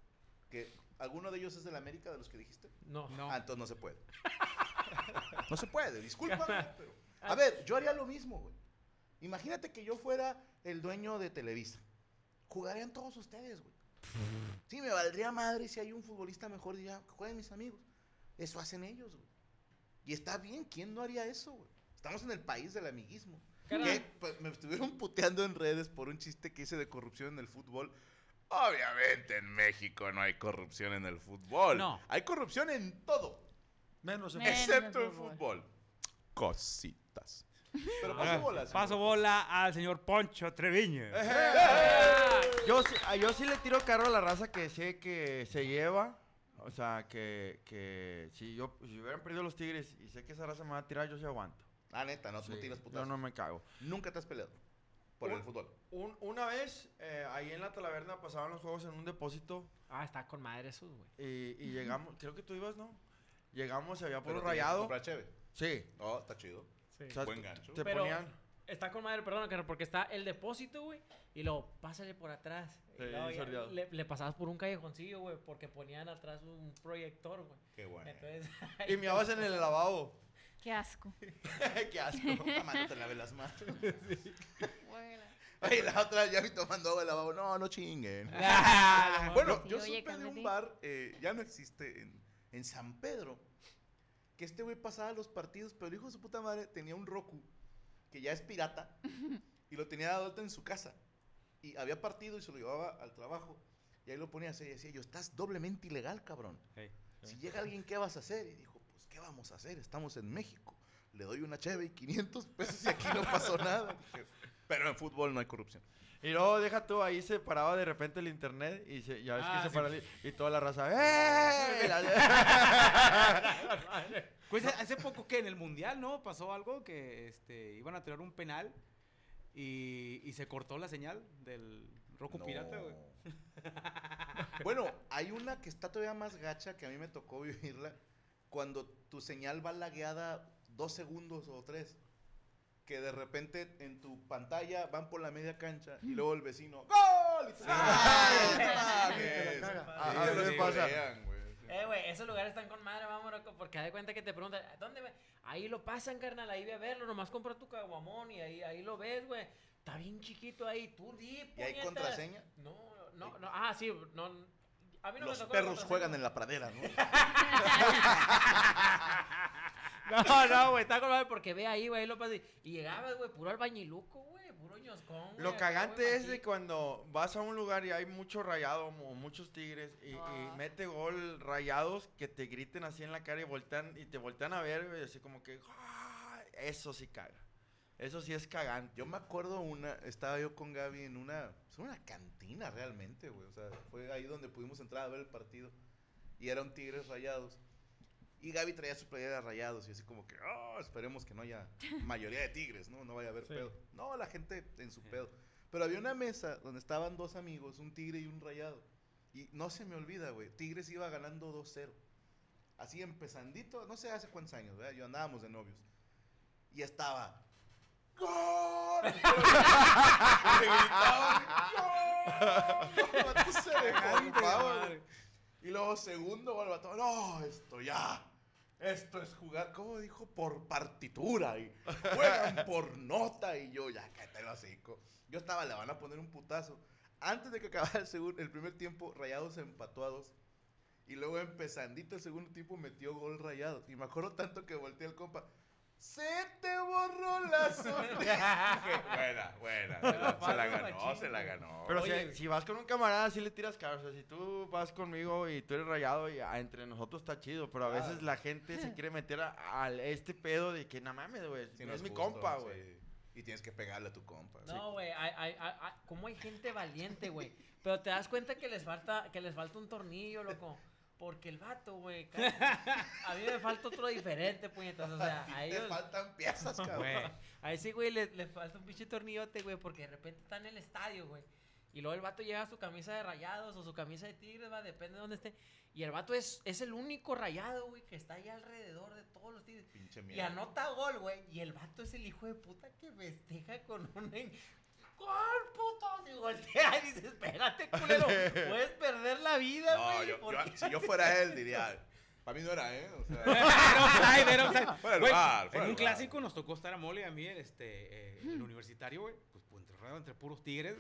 Speaker 2: que alguno de ellos es del América, de los que dijiste.
Speaker 4: No, no.
Speaker 2: Ah, entonces no se puede. no se puede, discúlpame. pero- A ver, yo haría lo mismo, güey. Imagínate que yo fuera el dueño de Televisa. Jugarían todos ustedes, güey. Sí, me valdría madre si hay un futbolista mejor, diría, que jueguen mis amigos. Eso hacen ellos, güey. Y está bien, ¿quién no haría eso, güey? Estamos en el país del amiguismo.
Speaker 4: Cara.
Speaker 2: Que, pues, me estuvieron puteando en redes por un chiste que hice de corrupción en el fútbol. Obviamente en México no hay corrupción en el fútbol.
Speaker 5: No.
Speaker 2: Hay corrupción en todo,
Speaker 3: Menos en
Speaker 6: Menos
Speaker 2: excepto
Speaker 6: en
Speaker 2: en fútbol. Cositas. Pero
Speaker 5: Ahora,
Speaker 2: paso bola. señor.
Speaker 5: Paso bola al señor Poncho Treviño.
Speaker 7: [laughs] Yo, sí- ah, yo sí le tiro carro a la raza que sé que se lleva. O sea, que, que si yo si hubieran perdido los tigres y sé que esa raza me va a tirar, yo sí aguanto.
Speaker 2: Ah, neta, no tú tiras
Speaker 7: Yo
Speaker 2: putas.
Speaker 7: no me cago.
Speaker 2: Nunca te has peleado por el
Speaker 7: Un-
Speaker 2: fútbol.
Speaker 7: Un- una vez, eh, ahí en la talaverna pasaban los juegos en un depósito
Speaker 4: Ah, está con madre esos, güey.
Speaker 7: y, y llegamos, creo que tú ibas, ¿no? Llegamos y había
Speaker 2: Pero
Speaker 7: puro
Speaker 2: te tienes que
Speaker 7: rayado.
Speaker 2: comprar cheve.
Speaker 7: Sí.
Speaker 2: No, está chido.
Speaker 7: O sea,
Speaker 2: Buen
Speaker 7: te-
Speaker 2: gancho.
Speaker 7: Te
Speaker 4: Pero-
Speaker 7: ponían.
Speaker 4: Está con madre, perdón, carnal, porque está el depósito, güey, y luego pásale por atrás. Y
Speaker 7: Sí,
Speaker 4: luego ya
Speaker 7: sordeado.
Speaker 4: le, le pasabas por un callejoncillo, güey, porque ponían atrás un proyector, güey.
Speaker 2: Eh. Qué bueno.
Speaker 4: Entonces,
Speaker 7: Y me en el lavabo.
Speaker 6: Qué asco.
Speaker 2: [laughs] Qué asco. Mamá, no te laves las manos. [laughs]
Speaker 6: Guácala.
Speaker 2: Oye, la otra ya vi tomando agua de lavabo. No, no chinguen. Ah, bueno,
Speaker 5: Ah,
Speaker 6: Sí,
Speaker 2: yo
Speaker 6: oye,
Speaker 2: supe de
Speaker 6: cálmate.
Speaker 2: un bar, eh, ya no existe, en, en San Pedro, que este güey pasaba los partidos, pero el hijo de su puta madre tenía un Roku, que ya es pirata, y lo tenía de adulto en su casa. Y había partido y se lo llevaba al trabajo. Y ahí lo ponía así y decía, yo, estás doblemente ilegal, cabrón.
Speaker 5: Hey,
Speaker 2: Si llega alguien, ¿qué vas a hacer? Y dijo, pues, ¿qué vamos a hacer? Estamos en México. Le doy una cheve y 500 pesos y aquí no
Speaker 5: [laughs]
Speaker 2: pasó nada. Dije, pero en fútbol no hay corrupción.
Speaker 7: Y luego deja tú, ahí se paraba de repente el internet y se- ya ves
Speaker 5: Ah,
Speaker 7: que se
Speaker 5: sí.
Speaker 7: para el- y toda la raza.
Speaker 2: [laughs]
Speaker 7: ¡Eh! La-
Speaker 5: Pues hace poco que en el mundial, ¿no? Pasó algo que este, iban a tirar un penal y, y se cortó la señal del Roku
Speaker 2: No.
Speaker 5: Pirata, güey.
Speaker 2: bueno, hay una que está todavía más gacha que a mí me tocó vivirla. Cuando tu señal va lagueada dos segundos o tres. Que de repente en tu pantalla van por la media cancha y luego el vecino. ¡Gol! Y tú, "Ay, no mames".
Speaker 3: la caga.
Speaker 2: Ah,
Speaker 7: Sí,
Speaker 2: ah,
Speaker 7: sí,
Speaker 2: sí,
Speaker 7: sí,
Speaker 2: pasa.
Speaker 4: Eh, güey, esos lugares están con madre, vamos, loco, porque haz de cuenta que te preguntan, "¿A ¿dónde ve? Ahí lo pasan, carnal, ahí ve a verlo, nomás compra tu caguamón y ahí, ahí lo ves, güey. Está bien chiquito ahí, tú di,
Speaker 2: ¿Y hay
Speaker 4: puñetas.
Speaker 2: contraseña?
Speaker 4: No, no, no, ah, sí, no, a mí no me
Speaker 2: Los
Speaker 4: tocó la
Speaker 2: perros
Speaker 4: contraseña.
Speaker 2: juegan en la pradera, ¿no?
Speaker 4: No, no, güey, está con madre porque ve ahí, güey, ahí lo pasa y, y llegabas, güey, puro albañiluco, güey, puro ñoscón, güey,
Speaker 7: [laughs] Lo
Speaker 4: acá,
Speaker 7: cagante
Speaker 4: güey,
Speaker 7: es de
Speaker 4: machín.
Speaker 7: cuando vas a un lugar y hay mucho rayado o muchos tigres y, y
Speaker 6: Ah.
Speaker 7: mete gol rayados que te griten así en la cara y voltean y te voltean a ver, güey, así como que "Ah", eso sí caga. Eso sí es cagante.
Speaker 2: Yo me acuerdo una, estaba yo con Gaby en una, pues, una cantina realmente, güey. O sea, fue ahí donde pudimos entrar a ver el partido. Y eran Tigres Rayados. Y Gaby traía su playera de Rayados y así como que, "Ah, esperemos que no haya mayoría de Tigres, ¿no? No vaya a haber pedo. No, la gente en su pedo. Pero había una mesa donde estaban dos amigos, un Tigre y un Rayado. Y no se me olvida, güey, Tigres iba ganando 2-0. Así empezandito, no sé hace cuántos años, ¿verdad? Yo andábamos de novios. Y estaba, ¡Gol! Y [laughs] le gritaban, ¡Gol! Vato se desgarraba, güey. Y luego segundo gol, el vato, no, esto ya. Esto es jugar, como dijo, por partitura. Y juegan por nota. Y yo, ya, cállate el hocico. Yo estaba, le van a poner un putazo. Antes de que acabara el, segun- el primer tiempo, Rayados empató a dos. Y luego empezandito el segundo tiempo metió gol Rayados. Y me acuerdo tanto que volteé al compa. Se te borró la sonrisa. [laughs] Dije, buena, buena. Se la, se la ganó, se la ganó.
Speaker 7: Pero
Speaker 4: Oye,
Speaker 7: si, si vas con un camarada, sí le tiras cara. O sea, si tú vas conmigo y tú eres rayado y ah, entre nosotros está chido, pero a veces la gente se quiere meter a, al- este pedo de que no mames, güey.
Speaker 2: Sí,
Speaker 7: no
Speaker 2: no
Speaker 7: es mi
Speaker 2: justo,
Speaker 7: compa,
Speaker 2: sí.
Speaker 7: güey.
Speaker 2: Y tienes que pegarle a tu compa.
Speaker 4: No, güey, hay, hay, hay- hay- ¿cómo hay gente valiente, güey? Pero te das cuenta que les falta, que les falta un tornillo, loco. Porque el vato, güey, ca- a mí me falta otro diferente, puñetas. O sea,
Speaker 2: A
Speaker 4: a
Speaker 2: ti
Speaker 4: ellos,
Speaker 2: te faltan piezas,
Speaker 5: Güey.
Speaker 2: cabrón.
Speaker 4: a ese güey les, les falta un pinche tornillote, güey, porque de repente está en el estadio, güey. Y luego el vato llega a su camisa de rayados o su camisa de tigres, va, depende de dónde esté. Y el vato es, es el único rayado, güey, que está ahí alrededor de todos los tigres.
Speaker 2: Pinche
Speaker 4: Y
Speaker 2: mierda.
Speaker 4: anota gol, güey. Y el vato es el hijo de puta que festeja con un. en- ¡Gol, puto! Y voltea y dice: Espérate,
Speaker 2: [laughs]
Speaker 4: culero. Puedes perder la vida,
Speaker 2: No,
Speaker 4: güey.
Speaker 2: yo- yo-
Speaker 4: porque-
Speaker 2: si yo fuera él, diría. Para mí no era, ¿eh? O
Speaker 4: [laughs]
Speaker 2: sea, [laughs]
Speaker 5: Era offside, era offside.
Speaker 2: Fuera de
Speaker 5: Güey,
Speaker 2: lugar,
Speaker 5: en
Speaker 2: fuera de
Speaker 5: un
Speaker 2: lugar.
Speaker 5: clásico nos tocó estar a mole a mí, este, eh, el universitario, güey. Pues, pues, entre, rodeado entre puros tigres.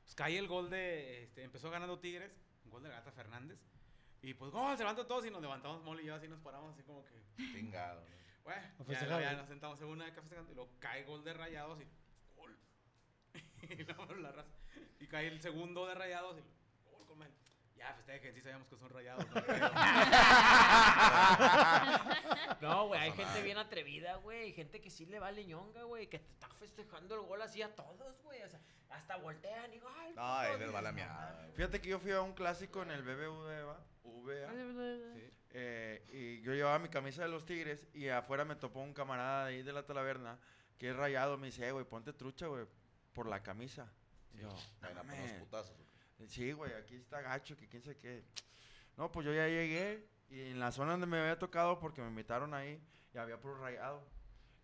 Speaker 5: Pues cae el gol de. Este, empezó ganando Tigres, un gol de la gata Fernández. Y pues, gol, se levantan todos y nos levantamos mole y yo así nos paramos, así como que.
Speaker 2: chingado.
Speaker 5: Güey,
Speaker 3: A
Speaker 5: ya,
Speaker 3: festejar,
Speaker 5: ya
Speaker 3: güey.
Speaker 5: nos sentamos en una de café y luego cae gol de rayados y. ¡Gol! [laughs] y luego la raza. Y cae el segundo de rayados y. ¡Gol, comen! Ya, festejen, sí sabíamos que son rayados.
Speaker 2: [laughs]
Speaker 5: ¿no?
Speaker 4: No, güey, hay gente bien atrevida, güey. Gente que sí le vale ñonga, güey. Que te está festejando el gol así a todos, güey. O sea, hasta voltean y gol.
Speaker 2: No,
Speaker 4: puto",
Speaker 2: él les va
Speaker 4: dices,
Speaker 2: la
Speaker 4: "No
Speaker 2: miada. güey.
Speaker 7: Fíjate que yo fui a un clásico en el BBVA. VA.
Speaker 6: Sí.
Speaker 7: Eh, y yo llevaba mi camisa de los Tigres y afuera me topó un camarada de ahí de la talaverna que es rayado. Me dice, "Eh, güey, ponte trucha, güey, por la camisa. Y yo, "No
Speaker 2: Bueno, por
Speaker 7: mames".
Speaker 2: los putazos.
Speaker 7: Sí, güey, aquí está gacho, que quién sabe qué. No, pues yo ya llegué y en la zona donde me había tocado, porque me invitaron ahí, y había puro rayado.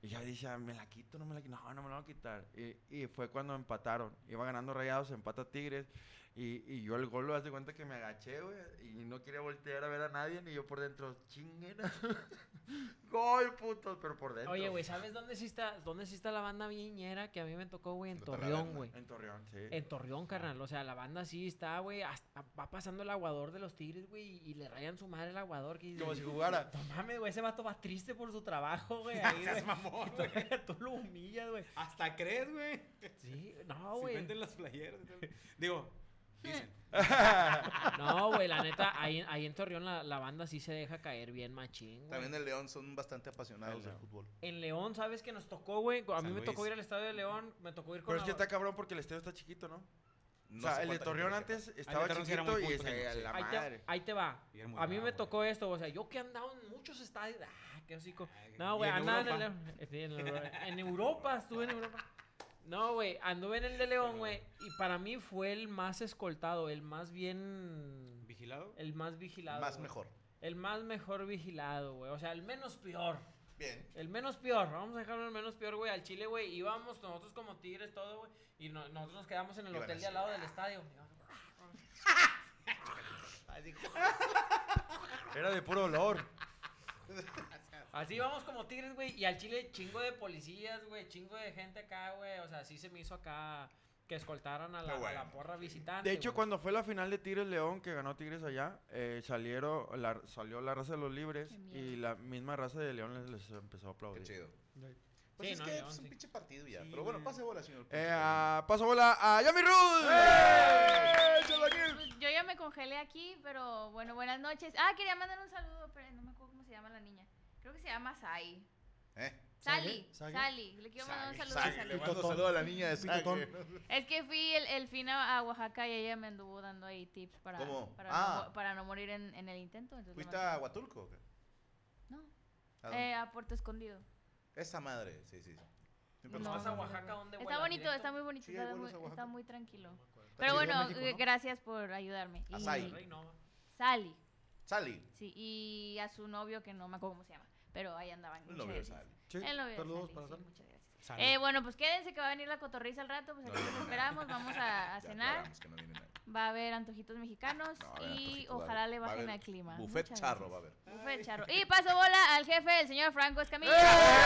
Speaker 7: Y ya dije, "Ah, me la quito, no me la quito, no, no me la voy a quitar. Y, y fue cuando empataron. Iba ganando rayados, empata Tigres. Y, y yo el gol lo hace cuenta que me agaché, güey. Y no quería voltear a ver a nadie, ni yo por dentro, chinguera. [laughs] gol, puto, pero por dentro.
Speaker 4: Oye, güey, ¿sabes dónde sí está, dónde sí está la banda viñera que a mí me tocó, güey? En
Speaker 2: La
Speaker 4: Torreón,
Speaker 2: taberna.
Speaker 4: güey.
Speaker 7: En Torreón, sí.
Speaker 4: En Torreón, carnal. O sea, la banda sí está, güey. hasta- Va pasando el aguador de los tigres, güey. Y le rayan su madre el aguador. Que
Speaker 7: Como si jugara.
Speaker 4: No mames, güey. Ese vato va triste por su trabajo, güey. ahí,
Speaker 5: Seas
Speaker 4: güey.
Speaker 5: mamón,
Speaker 4: Y
Speaker 5: güey.
Speaker 4: todavía [laughs] Tú lo humillas, güey.
Speaker 5: Hasta crees, güey.
Speaker 4: Sí, no,
Speaker 5: si
Speaker 4: güey.
Speaker 5: venden las playeras. [laughs] Digo, dicen.
Speaker 4: No, güey, la neta, ahí, ahí en Torreón la, la banda sí se deja caer bien machín, güey.
Speaker 2: También el León son bastante apasionados
Speaker 7: El
Speaker 2: del
Speaker 7: León.
Speaker 2: fútbol.
Speaker 4: En León, ¿sabes que nos tocó, güey? A mí
Speaker 5: San
Speaker 4: me tocó
Speaker 5: Luis.
Speaker 4: ir al estadio de León, me tocó ir con
Speaker 7: Pero es que
Speaker 4: la-
Speaker 7: está cabrón porque el estadio está chiquito, ¿no?
Speaker 2: No sé
Speaker 7: o sea, el de
Speaker 2: cuánta
Speaker 7: Torreón
Speaker 2: gente
Speaker 7: antes estaba
Speaker 5: Torreón sí era
Speaker 7: chiquito
Speaker 5: muy
Speaker 7: y
Speaker 5: punto
Speaker 7: ese,
Speaker 5: pequeño, sí.
Speaker 7: la
Speaker 4: Ahí te,
Speaker 7: madre.
Speaker 4: ahí te va.
Speaker 5: Y era muy
Speaker 4: A mí me
Speaker 5: bravo,
Speaker 4: tocó esto, o sea, yo que he andado en muchos estadios. Ah, qué hocico.
Speaker 5: Ay,
Speaker 4: No,
Speaker 5: ¿y
Speaker 4: güey,
Speaker 5: en
Speaker 4: andaba en, el
Speaker 5: Europa?
Speaker 4: León. Sí, en Europa. En Europa, estuve en Europa. No, güey, anduve en el de León, güey, y para mí fue el más escoltado, el más bien... [laughs]
Speaker 5: ¿Vigilado?
Speaker 4: El más vigilado.
Speaker 2: Más
Speaker 4: güey.
Speaker 2: mejor.
Speaker 4: El más mejor vigilado, güey. O sea, el menos peor.
Speaker 2: Bien.
Speaker 4: El menos peor, vamos a dejarlo el menos peor, güey. Al Chile, güey, íbamos nosotros como tigres, todo, güey. Y no- nosotros nos quedamos en el
Speaker 2: Iban
Speaker 4: hotel
Speaker 2: así.
Speaker 4: de al lado del estadio.
Speaker 7: Era de puro olor.
Speaker 4: Así íbamos como tigres, güey. Y al Chile, chingo de policías, güey. Chingo de gente acá, güey. O sea, así se me hizo acá que escoltaran a la,
Speaker 2: Pero
Speaker 4: a la
Speaker 2: bueno.
Speaker 4: porra visitante.
Speaker 7: De hecho,
Speaker 4: güey.
Speaker 7: cuando fue la final de Tigres León, que ganó Tigres allá, eh, salieron, la, salió la raza de los libres
Speaker 8: Qué miedo.
Speaker 7: y la misma raza de León les, les empezó a aplaudir.
Speaker 2: Qué chido.
Speaker 4: Sí,
Speaker 2: Pues es
Speaker 4: no,
Speaker 2: que
Speaker 4: León,
Speaker 2: es un
Speaker 4: sí.
Speaker 2: pinche partido ya.
Speaker 5: Sí,
Speaker 2: Pero bueno,
Speaker 5: güey.
Speaker 2: pase bola, señor.
Speaker 7: Eh, ah, paso bola a Yami Ruth.
Speaker 2: ¡Eh, Chalaquil!
Speaker 6: Pues Yo ya me congelé aquí, pero bueno, buenas noches. Ah, quería mandar un saludo, pero no me acuerdo cómo se llama la niña. Creo que se llama Sai.
Speaker 2: Eh,
Speaker 6: Sally,
Speaker 3: ¿Sage?
Speaker 6: Sally, le quiero mandar un
Speaker 2: Sague,
Speaker 6: saludo a
Speaker 2: Sague, le
Speaker 6: Sally.
Speaker 2: mando saludo a la niña de Sague.
Speaker 6: Es que fui el, el fin a, a Oaxaca y ella me anduvo dando ahí tips para,
Speaker 2: ¿Cómo?
Speaker 6: para,
Speaker 2: Ah.
Speaker 6: no, mo- para no morir en, en el intento. entonces le
Speaker 2: ¿Fuiste
Speaker 6: mandé-
Speaker 2: a Huatulco? o qué?
Speaker 6: No,
Speaker 2: ¿A dónde?
Speaker 6: eh, a Puerto Escondido.
Speaker 2: Esa madre, sí, sí. Siempre nos
Speaker 4: Nos
Speaker 6: No.
Speaker 4: vas
Speaker 2: pasa
Speaker 4: a Oaxaca, ¿dónde, güey?
Speaker 6: Está
Speaker 4: ¿La
Speaker 6: bonito,
Speaker 4: directo?
Speaker 6: está muy bonito,
Speaker 2: Sí, hay
Speaker 6: está, muy,
Speaker 2: vuelos a Oaxaca.
Speaker 6: está muy tranquilo.
Speaker 2: Está
Speaker 6: Pero
Speaker 3: chido en
Speaker 6: bueno,
Speaker 3: México, ¿no?
Speaker 6: eh, gracias por ayudarme.
Speaker 2: A
Speaker 6: Y-
Speaker 2: Sai.
Speaker 4: Rey, Pues, no.
Speaker 6: Sally,
Speaker 2: Sally.
Speaker 6: sí, y a su novio que no me acuerdo cómo se llama, pero ahí andaban.
Speaker 2: El
Speaker 6: muchas
Speaker 2: novio de
Speaker 6: gracias.
Speaker 2: Sally.
Speaker 7: ¡Eh!
Speaker 3: Sí,
Speaker 6: El novio de
Speaker 3: saludos
Speaker 6: Sally,
Speaker 3: para
Speaker 6: sí,
Speaker 3: Sally.
Speaker 6: muchas gracias.
Speaker 5: Salud.
Speaker 6: Eh, bueno, pues quédense que va a venir la cotorriza al rato, pues aquí los esperamos, vamos a,
Speaker 2: [laughs]
Speaker 6: a
Speaker 2: Ya
Speaker 6: cenar,
Speaker 2: aclaramos que no viene nadie.
Speaker 6: va a haber antojitos mexicanos
Speaker 2: No, a ver,
Speaker 6: y
Speaker 2: antojito, va a
Speaker 6: ojalá
Speaker 2: haber-
Speaker 6: le
Speaker 2: va a
Speaker 6: bajen
Speaker 2: haber
Speaker 6: al clima.
Speaker 2: Buffet
Speaker 6: Muchas
Speaker 2: charro va a
Speaker 6: gracias.
Speaker 2: haber.
Speaker 6: Buffet charro. Y paso bola al jefe, el señor Franco Escamilla.
Speaker 2: ¡Eh!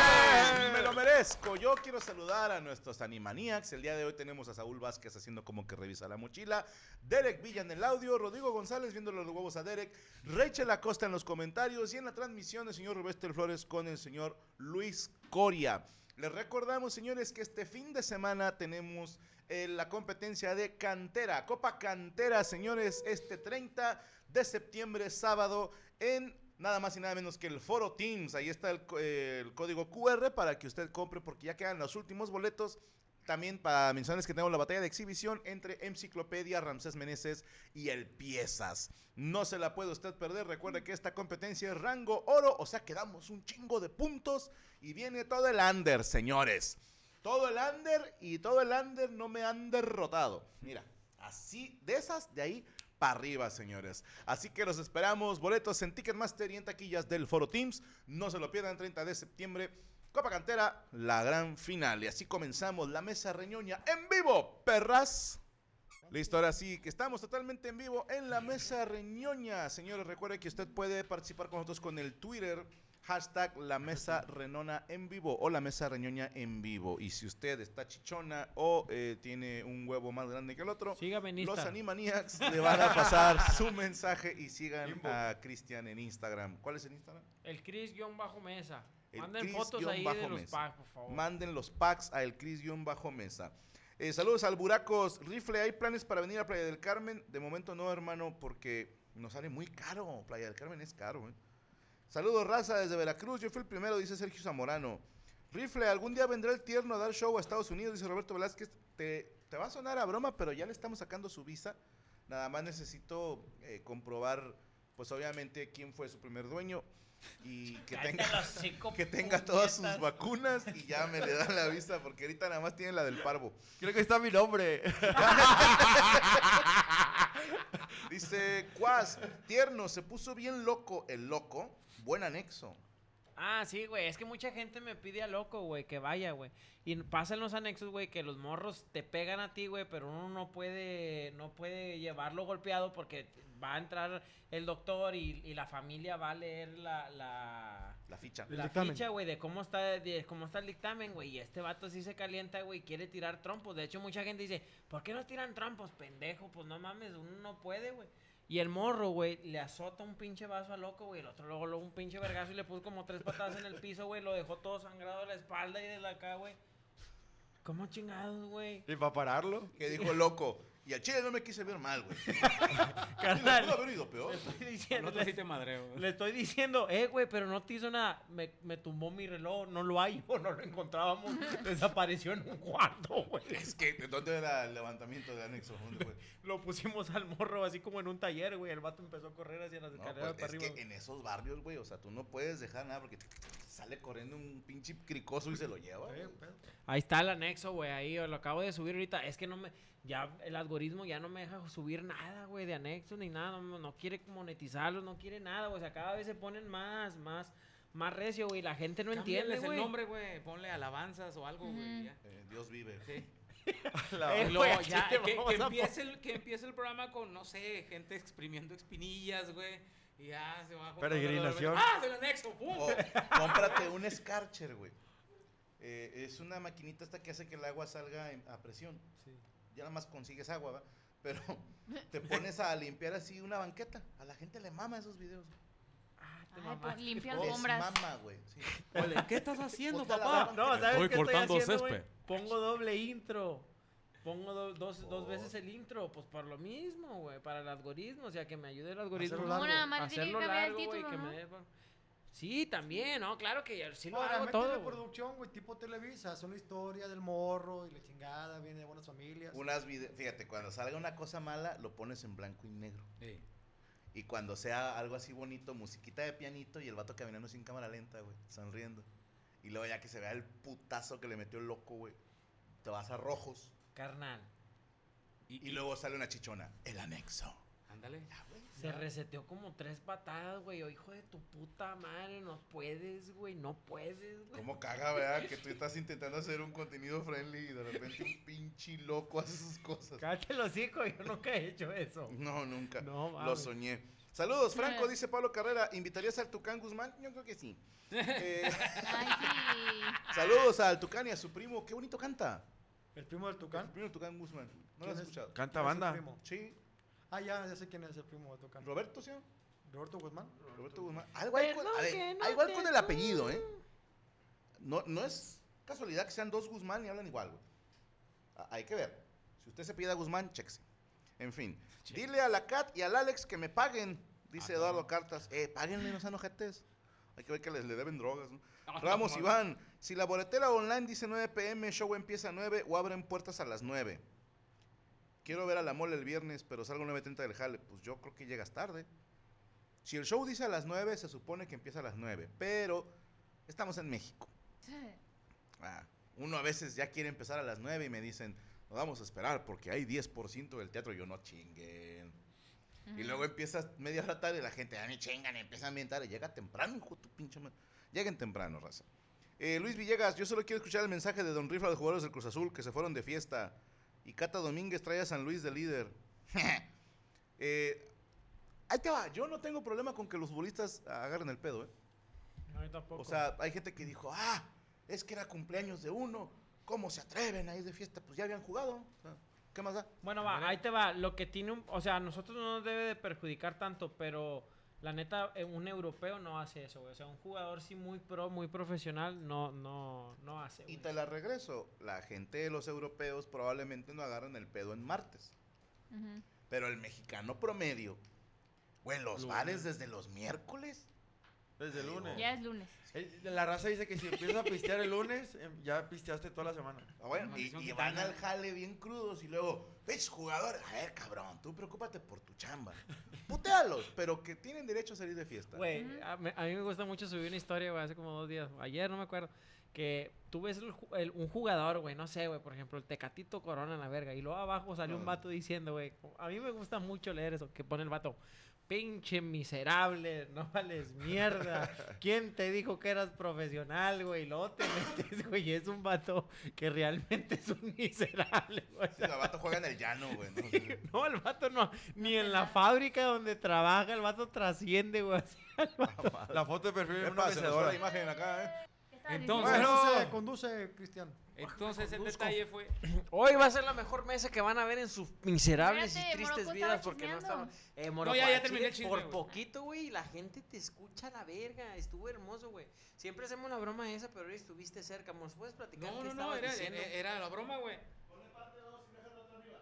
Speaker 2: Me lo merezco. Yo quiero saludar a nuestros Animaniacs. El día de hoy tenemos a Saúl Vázquez haciendo como que revisa la mochila. Derek Villa en el audio. Rodrigo González viendo los huevos a Derek. Rachel Acosta en los comentarios. Y en la transmisión el señor Roberto Flores con el señor Luis Coria. Les recordamos, señores, que este fin de semana tenemos eh, la competencia de cantera. Copa Cantera, señores, este 30 de septiembre, sábado, en nada más y nada menos que el Foro Teams. Ahí está el, co- eh, el código QR para que usted compre porque ya quedan los últimos boletos. También para mencionarles que tenemos la batalla de exhibición entre Enciclopedia, Ramsés Meneses y el Piezas. No se la puede usted perder. Recuerde que esta competencia es rango oro, o sea que damos un chingo de puntos y viene todo el under, señores. Todo el under y todo el under no me han derrotado. Mira, así, de esas, de ahí para arriba, señores. Así que los esperamos. Boletos en Ticketmaster y en taquillas del Foro Teams. No se lo pierdan, 30 de septiembre. Copa Cantera, la gran final. Y así comenzamos la mesa reñoña en vivo, perras. Listo, ahora sí, que estamos totalmente en vivo en la mesa reñoña. Señores, recuerden que usted puede participar con nosotros con el Twitter. Hashtag la mesa renona en vivo o la mesa reñoña en vivo. Y si usted está chichona o eh, tiene un huevo más grande que el otro,
Speaker 4: Sígame en
Speaker 2: los
Speaker 4: Insta.
Speaker 2: Animaniacs le van a pasar su mensaje y sigan a Cristian en Instagram. ¿Cuál es en Instagram?
Speaker 4: El Cris guión bajo mesa.
Speaker 2: El
Speaker 4: Manden
Speaker 2: Chris
Speaker 4: fotos
Speaker 2: guión
Speaker 4: ahí
Speaker 2: bajo
Speaker 4: de los
Speaker 2: mesa.
Speaker 4: packs, por favor.
Speaker 2: Manden los packs a el Cris-bajo mesa. Eh, saludos al Buracos. Rifle, ¿hay planes para venir a Playa del Carmen? De momento no, hermano, porque nos sale muy caro. Playa del Carmen es caro, eh. Saludos, raza, desde Veracruz. Yo fui el primero, dice Sergio Zamorano. Rifle, algún día vendrá el tierno a dar show a Estados Unidos, dice Roberto Velázquez. Te, te va a sonar a broma, pero ya le estamos sacando su visa. Nada más necesito eh, comprobar, pues obviamente, quién fue su primer dueño y que tenga, [laughs] que tenga todas sus vacunas y ya me le dan la visa, porque ahorita nada más tiene la del parvo.
Speaker 7: Creo que ahí está mi nombre. [laughs]
Speaker 2: Dice Cuas, tierno, se puso bien loco el loco. Buen anexo.
Speaker 4: Ah, sí, güey. Es que mucha gente me pide a loco, güey, que vaya, güey. Y n- pasan los anexos, güey, que los morros te pegan a ti, güey, pero uno no puede, no puede llevarlo golpeado porque t- va a entrar el doctor y, y la familia va a leer la, la,
Speaker 2: La ficha.
Speaker 3: El
Speaker 4: la
Speaker 3: dictamen.
Speaker 4: ficha, güey, de cómo está, de cómo está el dictamen, güey. Y este vato sí se calienta, güey, quiere tirar trompos. De hecho, mucha gente dice, ¿por qué no tiran trompos, pendejo? Pues no mames, uno no puede, güey. Y el morro, güey, le azota un pinche vaso al loco, güey. El otro luego, luego un pinche vergazo y le puso como tres patadas en el piso, güey. Lo dejó todo sangrado de la espalda y de la acá, güey. ¿Cómo
Speaker 2: [laughs]
Speaker 4: chingados, güey?
Speaker 7: ¿Y para pararlo?
Speaker 2: Que dijo loco. Y al chile no me quise ver mal,
Speaker 4: [laughs]
Speaker 2: güey.
Speaker 4: Carnal.
Speaker 2: No pudo haber ido peor.
Speaker 4: Le estoy
Speaker 5: El
Speaker 4: diciendo,
Speaker 5: otro sí
Speaker 4: le-
Speaker 5: te madreo.
Speaker 4: Le estoy diciendo, eh, güey, pero no te hizo nada. Me, me tumbó mi reloj, no lo hay, [laughs] o no lo encontrábamos. Desapareció en un cuarto, güey.
Speaker 2: Es que, ¿de ¿dónde era el levantamiento del anexo? ¿Dónde
Speaker 4: [laughs]
Speaker 2: fue?
Speaker 4: Lo pusimos al morro, así como en un taller, güey. El vato empezó a correr hacia las
Speaker 2: No,
Speaker 4: escaleras
Speaker 2: pues,
Speaker 4: para
Speaker 2: es
Speaker 4: arriba.
Speaker 2: que
Speaker 4: güey.
Speaker 2: en esos barrios, güey, o sea, tú no puedes dejar nada porque sale corriendo un pinche cricoso y se lo lleva.
Speaker 3: Sí,
Speaker 2: güey.
Speaker 3: pedo.
Speaker 4: Ahí está el anexo, güey. Ahí lo acabo de subir ahorita. Es que no me. Ya el algoritmo ya no me deja subir nada, güey, de anexo ni nada. No, no quiere monetizarlos, no quiere nada, güey. O sea, cada vez se ponen más, más, más recio, güey. La gente no entiende,
Speaker 5: Cámbiales
Speaker 4: güey.
Speaker 5: el nombre, güey. Ponle alabanzas o algo, güey.
Speaker 6: Ujú.
Speaker 5: ya.
Speaker 2: Eh, Dios vive.
Speaker 5: Sí.
Speaker 7: [laughs] La-
Speaker 4: Eh,
Speaker 5: Y luego
Speaker 4: güey,
Speaker 5: ya,
Speaker 4: sí,
Speaker 5: que,
Speaker 4: vamos
Speaker 5: que
Speaker 4: a
Speaker 5: empiece el, que empiece el programa con, no sé, gente exprimiendo expinillas, güey. Y ya se va a juntar
Speaker 7: Peregrinación.
Speaker 5: la- ¡Ah, del anexo! ¡Pum!
Speaker 3: Oh.
Speaker 2: O cómprate un Scarcher, güey. Eh, es una maquinita esta que hace que el agua salga en- a presión. Ya nada más consigues agua, ¿va? Pero te pones a limpiar así una banqueta. A la gente le mama esos videos.
Speaker 4: Ah, te
Speaker 6: Ay,
Speaker 4: mamaste.
Speaker 6: pues limpia
Speaker 2: Les
Speaker 6: alfombras.
Speaker 2: mama, güey. sí.
Speaker 5: Ole, ¿Qué estás [laughs] haciendo,
Speaker 2: Ponte a
Speaker 5: papá?
Speaker 2: lavar.
Speaker 4: No, ¿sabes
Speaker 9: Estoy
Speaker 4: qué
Speaker 9: cortando
Speaker 4: estoy haciendo,
Speaker 9: césped.
Speaker 4: güey? Pongo doble intro. Pongo do- dos, dos
Speaker 2: Oh.
Speaker 4: veces el intro, pues por lo mismo, güey, para el algoritmo, o sea, que me ayude el algoritmo.
Speaker 3: Hacerlo
Speaker 4: a
Speaker 3: largo.
Speaker 6: No, nada más tiene que
Speaker 4: hacerlo
Speaker 6: cambiar el
Speaker 4: largo, güey,
Speaker 6: título,
Speaker 4: que
Speaker 6: ¿no?
Speaker 4: me dé pa- Sí, también, ¿no? Claro que ya- sí lo
Speaker 3: Ahora,
Speaker 4: hago
Speaker 3: métele
Speaker 4: todo. güey.
Speaker 3: producción, güey, tipo Televisa. Son la historia del morro y la chingada, viene de buenas familias.
Speaker 2: Unas vide- Fíjate, cuando salga una cosa mala, lo pones en blanco y negro.
Speaker 5: Sí.
Speaker 2: Y cuando sea algo así bonito, musiquita de pianito y el vato caminando sin cámara lenta, güey, sonriendo. Y luego ya que se vea el putazo que le metió el loco, güey, te vas a rojos.
Speaker 4: Carnal,
Speaker 2: Y luego sale una chichona, el anexo.
Speaker 5: Ándale.
Speaker 4: se reseteó como tres patadas, güey. oh, hijo de tu puta madre, no puedes, güey, no puedes, güey.
Speaker 2: ¿Cómo caga, verdad? Que tú estás intentando hacer un contenido friendly y de repente un pinche loco hace sus cosas.
Speaker 4: Cállate los hijos, yo nunca he
Speaker 2: [laughs]
Speaker 4: hecho eso.
Speaker 2: No, nunca.
Speaker 4: No,
Speaker 2: Lo
Speaker 4: mames.
Speaker 2: soñé. Saludos, Franco, dice Pablo Carrera. ¿Invitarías al Tucán Guzmán? Yo creo que sí. Eh, [laughs]
Speaker 6: Ay, sí.
Speaker 2: saludos al Tucán y a su primo. Qué bonito canta.
Speaker 3: El primo del
Speaker 2: El
Speaker 3: Tucán.
Speaker 2: primo Tucán Guzmán. ¿No lo
Speaker 3: ¿Quién
Speaker 2: has
Speaker 3: es?
Speaker 2: escuchado?
Speaker 3: ¿Quién es
Speaker 7: Canta
Speaker 3: el
Speaker 7: banda.
Speaker 3: primo?
Speaker 2: Sí.
Speaker 3: Ah, ya, ya sé quién es el primo del Tucán.
Speaker 2: ¿Roberto, sí?
Speaker 3: Roberto Guzmán.
Speaker 2: Roberto Guzmán. Algo hay con,
Speaker 4: Perdón
Speaker 2: a ver,
Speaker 4: que no
Speaker 2: algo hay
Speaker 4: te
Speaker 2: con el apellido, ¿eh? No, no es casualidad que sean dos Guzmán y hablan igual, güey. A- Hay que ver. Si usted se pide a Guzmán, chéquese. En fin. Dile a la Kat y al Alex que me paguen, dice Eduardo Cartas. Eh, páguenle, no sean ojetes. Hay que ver que les le deben drogas, ¿no?
Speaker 5: Ah, [laughs]
Speaker 2: Ramos Iván, si la boletera online dice 9 pm, show empieza a 9 o abren puertas a las 9. Quiero ver a la mole el viernes, pero salgo 9.30 del jale. Pues yo creo que llegas tarde. Si el show dice a las 9, se supone que empieza a las 9, pero estamos en México. [laughs] Ah, uno a veces ya quiere empezar a las 9 y me dicen, nos vamos a esperar porque hay 10% del teatro. Yo no chinguen. Y luego empiezas media hora tarde y la gente, ya me chingan, empiezan bien tarde. Llega temprano, hijo de tu pinche madre. Lleguen temprano, raza. Eh, Luis Villegas, yo solo quiero escuchar el mensaje de Don Rifle a los jugadores del Cruz Azul que se fueron de fiesta. Y Cata Domínguez trae a San Luis de líder. [laughs] Eh, ahí te va, yo no tengo problema con que los futbolistas agarren el pedo, ¿eh?
Speaker 4: No, yo tampoco.
Speaker 2: O sea, hay gente que dijo, ah, es que era cumpleaños de uno, ¿cómo se atreven a ir de fiesta? Pues ya habían jugado. O sea, ¿Qué más da?
Speaker 4: Bueno, va, ahí te va. Lo que tiene un. O sea, a nosotros no nos debe de perjudicar tanto, pero la neta, eh, un europeo no hace eso, güey. O sea, un jugador sí muy pro, muy profesional, no, no, no hace.
Speaker 2: Y
Speaker 4: güey.
Speaker 2: te la regreso, la gente de los europeos probablemente no agarran el pedo en martes.
Speaker 6: Ujú.
Speaker 2: Pero el mexicano promedio, güey, los
Speaker 4: Lunes.
Speaker 2: bares desde los miércoles.
Speaker 7: Desde el lunes.
Speaker 6: Ya es lunes.
Speaker 7: El- La raza dice que si empiezas a pistear el lunes, em, ya pisteaste toda la semana.
Speaker 2: Ah, bueno,
Speaker 5: Una
Speaker 2: y,
Speaker 5: maldición
Speaker 2: y
Speaker 5: que
Speaker 2: van
Speaker 5: tengan.
Speaker 2: al jale bien crudos y luego, ves jugador, a ver cabrón, tú preocúpate por tu chamba. Putealos, pero que tienen derecho a salir de fiesta.
Speaker 4: Güey,
Speaker 6: Ujú.
Speaker 4: a, me- a mí me gusta mucho subir una historia, güey, hace como dos días, ayer, no me acuerdo, que tú ves el ju- el- un jugador, güey, no sé, güey, por ejemplo, el Tecatito Corona en la verga, y luego abajo salió un
Speaker 2: No.
Speaker 4: vato diciendo, güey, a mí me gusta mucho leer eso, que pone el vato, pinche miserable, no vales mierda. ¿Quién te dijo que eras profesional, güey? Luego te metes, [laughs] güey, y es un vato que realmente es un miserable, güey. O
Speaker 2: Sí,
Speaker 4: sea,
Speaker 2: la vato juega en el llano, güey. ¿no? O
Speaker 5: [laughs]
Speaker 2: sea,
Speaker 4: No, el vato no, ni en la fábrica donde trabaja, el vato trasciende, güey. así.
Speaker 7: La foto de perfil en una
Speaker 2: epa, se nos fue la
Speaker 7: mecedora.
Speaker 2: imagen acá, ¿eh?
Speaker 10: ¿Qué estabas diciendo?
Speaker 5: Entonces-
Speaker 3: Bueno,
Speaker 7: Bueno.
Speaker 3: Pues se conduce, Cristian.
Speaker 5: Entonces el detalle fue.
Speaker 4: [clears throat] Hoy va a ser la mejor mesa que van a ver en sus miserables y
Speaker 10: Espérate,
Speaker 4: tristes
Speaker 10: Morocco
Speaker 4: vidas
Speaker 10: estaba
Speaker 4: porque no
Speaker 10: chismeando.
Speaker 4: estamos. Eh,
Speaker 5: No, ya- ya terminé el
Speaker 4: Chiles,
Speaker 5: chisme,
Speaker 4: Por
Speaker 5: güey.
Speaker 4: poquito, güey, la gente te escucha a la verga. Estuvo hermoso, güey. Siempre hacemos la broma esa, pero hoy estuviste cerca. ¿Nos puedes platicar
Speaker 5: No, no,
Speaker 4: qué
Speaker 5: no,
Speaker 4: estabas
Speaker 5: era,
Speaker 4: diciendo?
Speaker 5: era- era la broma, güey.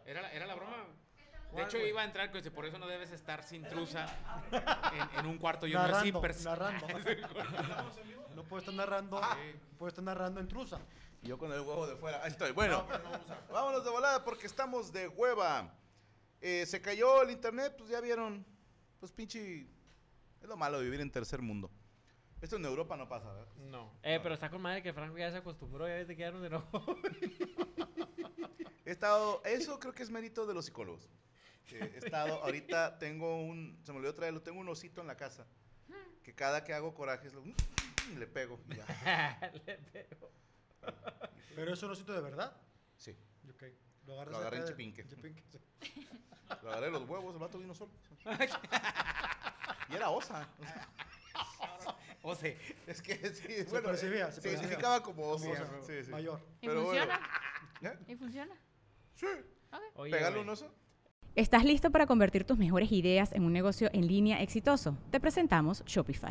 Speaker 5: Era la, era la broma. De
Speaker 4: ¿Cuál,
Speaker 5: hecho,
Speaker 4: güey?
Speaker 5: iba a entrar, que dice, por eso no debes estar
Speaker 4: [laughs]
Speaker 5: sin trusa en, en un cuarto lleno de
Speaker 3: Narrando,
Speaker 5: zippers.
Speaker 7: [laughs]
Speaker 3: narrando. No puedo estar narrando,
Speaker 7: Ah.
Speaker 3: puedo estar narrando en trusa.
Speaker 2: Y Yo con el huevo de fuera. Ahí estoy. Bueno, [laughs] vámonos de volada porque estamos de hueva. Eh, se cayó el internet, pues ya vieron. Pues pinche. Es lo malo de vivir en tercer mundo. Esto en Europa no pasa, ¿verdad?
Speaker 4: No. Eh, pero está con madre que Franco ya se acostumbró, ya ves de quedaron de enojo.
Speaker 2: He estado. Eso creo que es mérito de los psicólogos. Eh, he estado. Ahorita tengo un. Se me olvidó traerlo. Tengo un osito en la casa. Que cada que hago corajes lo- le pego. y ya.
Speaker 4: Le pegó.
Speaker 3: Pero es un osito de verdad.
Speaker 2: Sí.
Speaker 3: Ok. Lo agarras
Speaker 2: Lo agarré
Speaker 3: acá
Speaker 2: en
Speaker 3: de-
Speaker 2: Chipinque.
Speaker 3: Chipinque, sí.
Speaker 2: Le agarré los huevos, el vato vino solo. Y era osa.
Speaker 5: O sea,
Speaker 2: Es que sí,
Speaker 3: Se percibía, se
Speaker 2: se
Speaker 3: percibía.
Speaker 2: identificaba como
Speaker 3: Como
Speaker 2: osa.
Speaker 3: osa,
Speaker 2: sí, sí.
Speaker 3: Mayor.
Speaker 10: ¿Y
Speaker 2: Pero bueno.
Speaker 10: funciona?
Speaker 2: ¿Eh?
Speaker 10: ¿Y funciona?
Speaker 2: Sí.
Speaker 10: Ok.
Speaker 4: Oye,
Speaker 2: ¿Pegarle
Speaker 4: güey,
Speaker 2: un oso?
Speaker 11: ¿Estás listo para convertir tus mejores ideas en un negocio en línea exitoso? Te presentamos Shopify.